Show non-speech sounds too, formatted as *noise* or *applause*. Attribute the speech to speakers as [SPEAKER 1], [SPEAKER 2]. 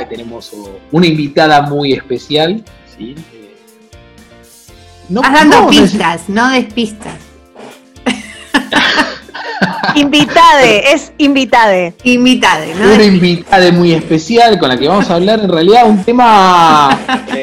[SPEAKER 1] y tenemos oh, una invitada muy especial. ¿sí? Eh,
[SPEAKER 2] no, Vas dando pistas, no despistas.
[SPEAKER 3] invitade, es invitade.
[SPEAKER 2] Invitade, *laughs*
[SPEAKER 1] ¿no? Una invitada muy especial con la que vamos a hablar en realidad un tema eh,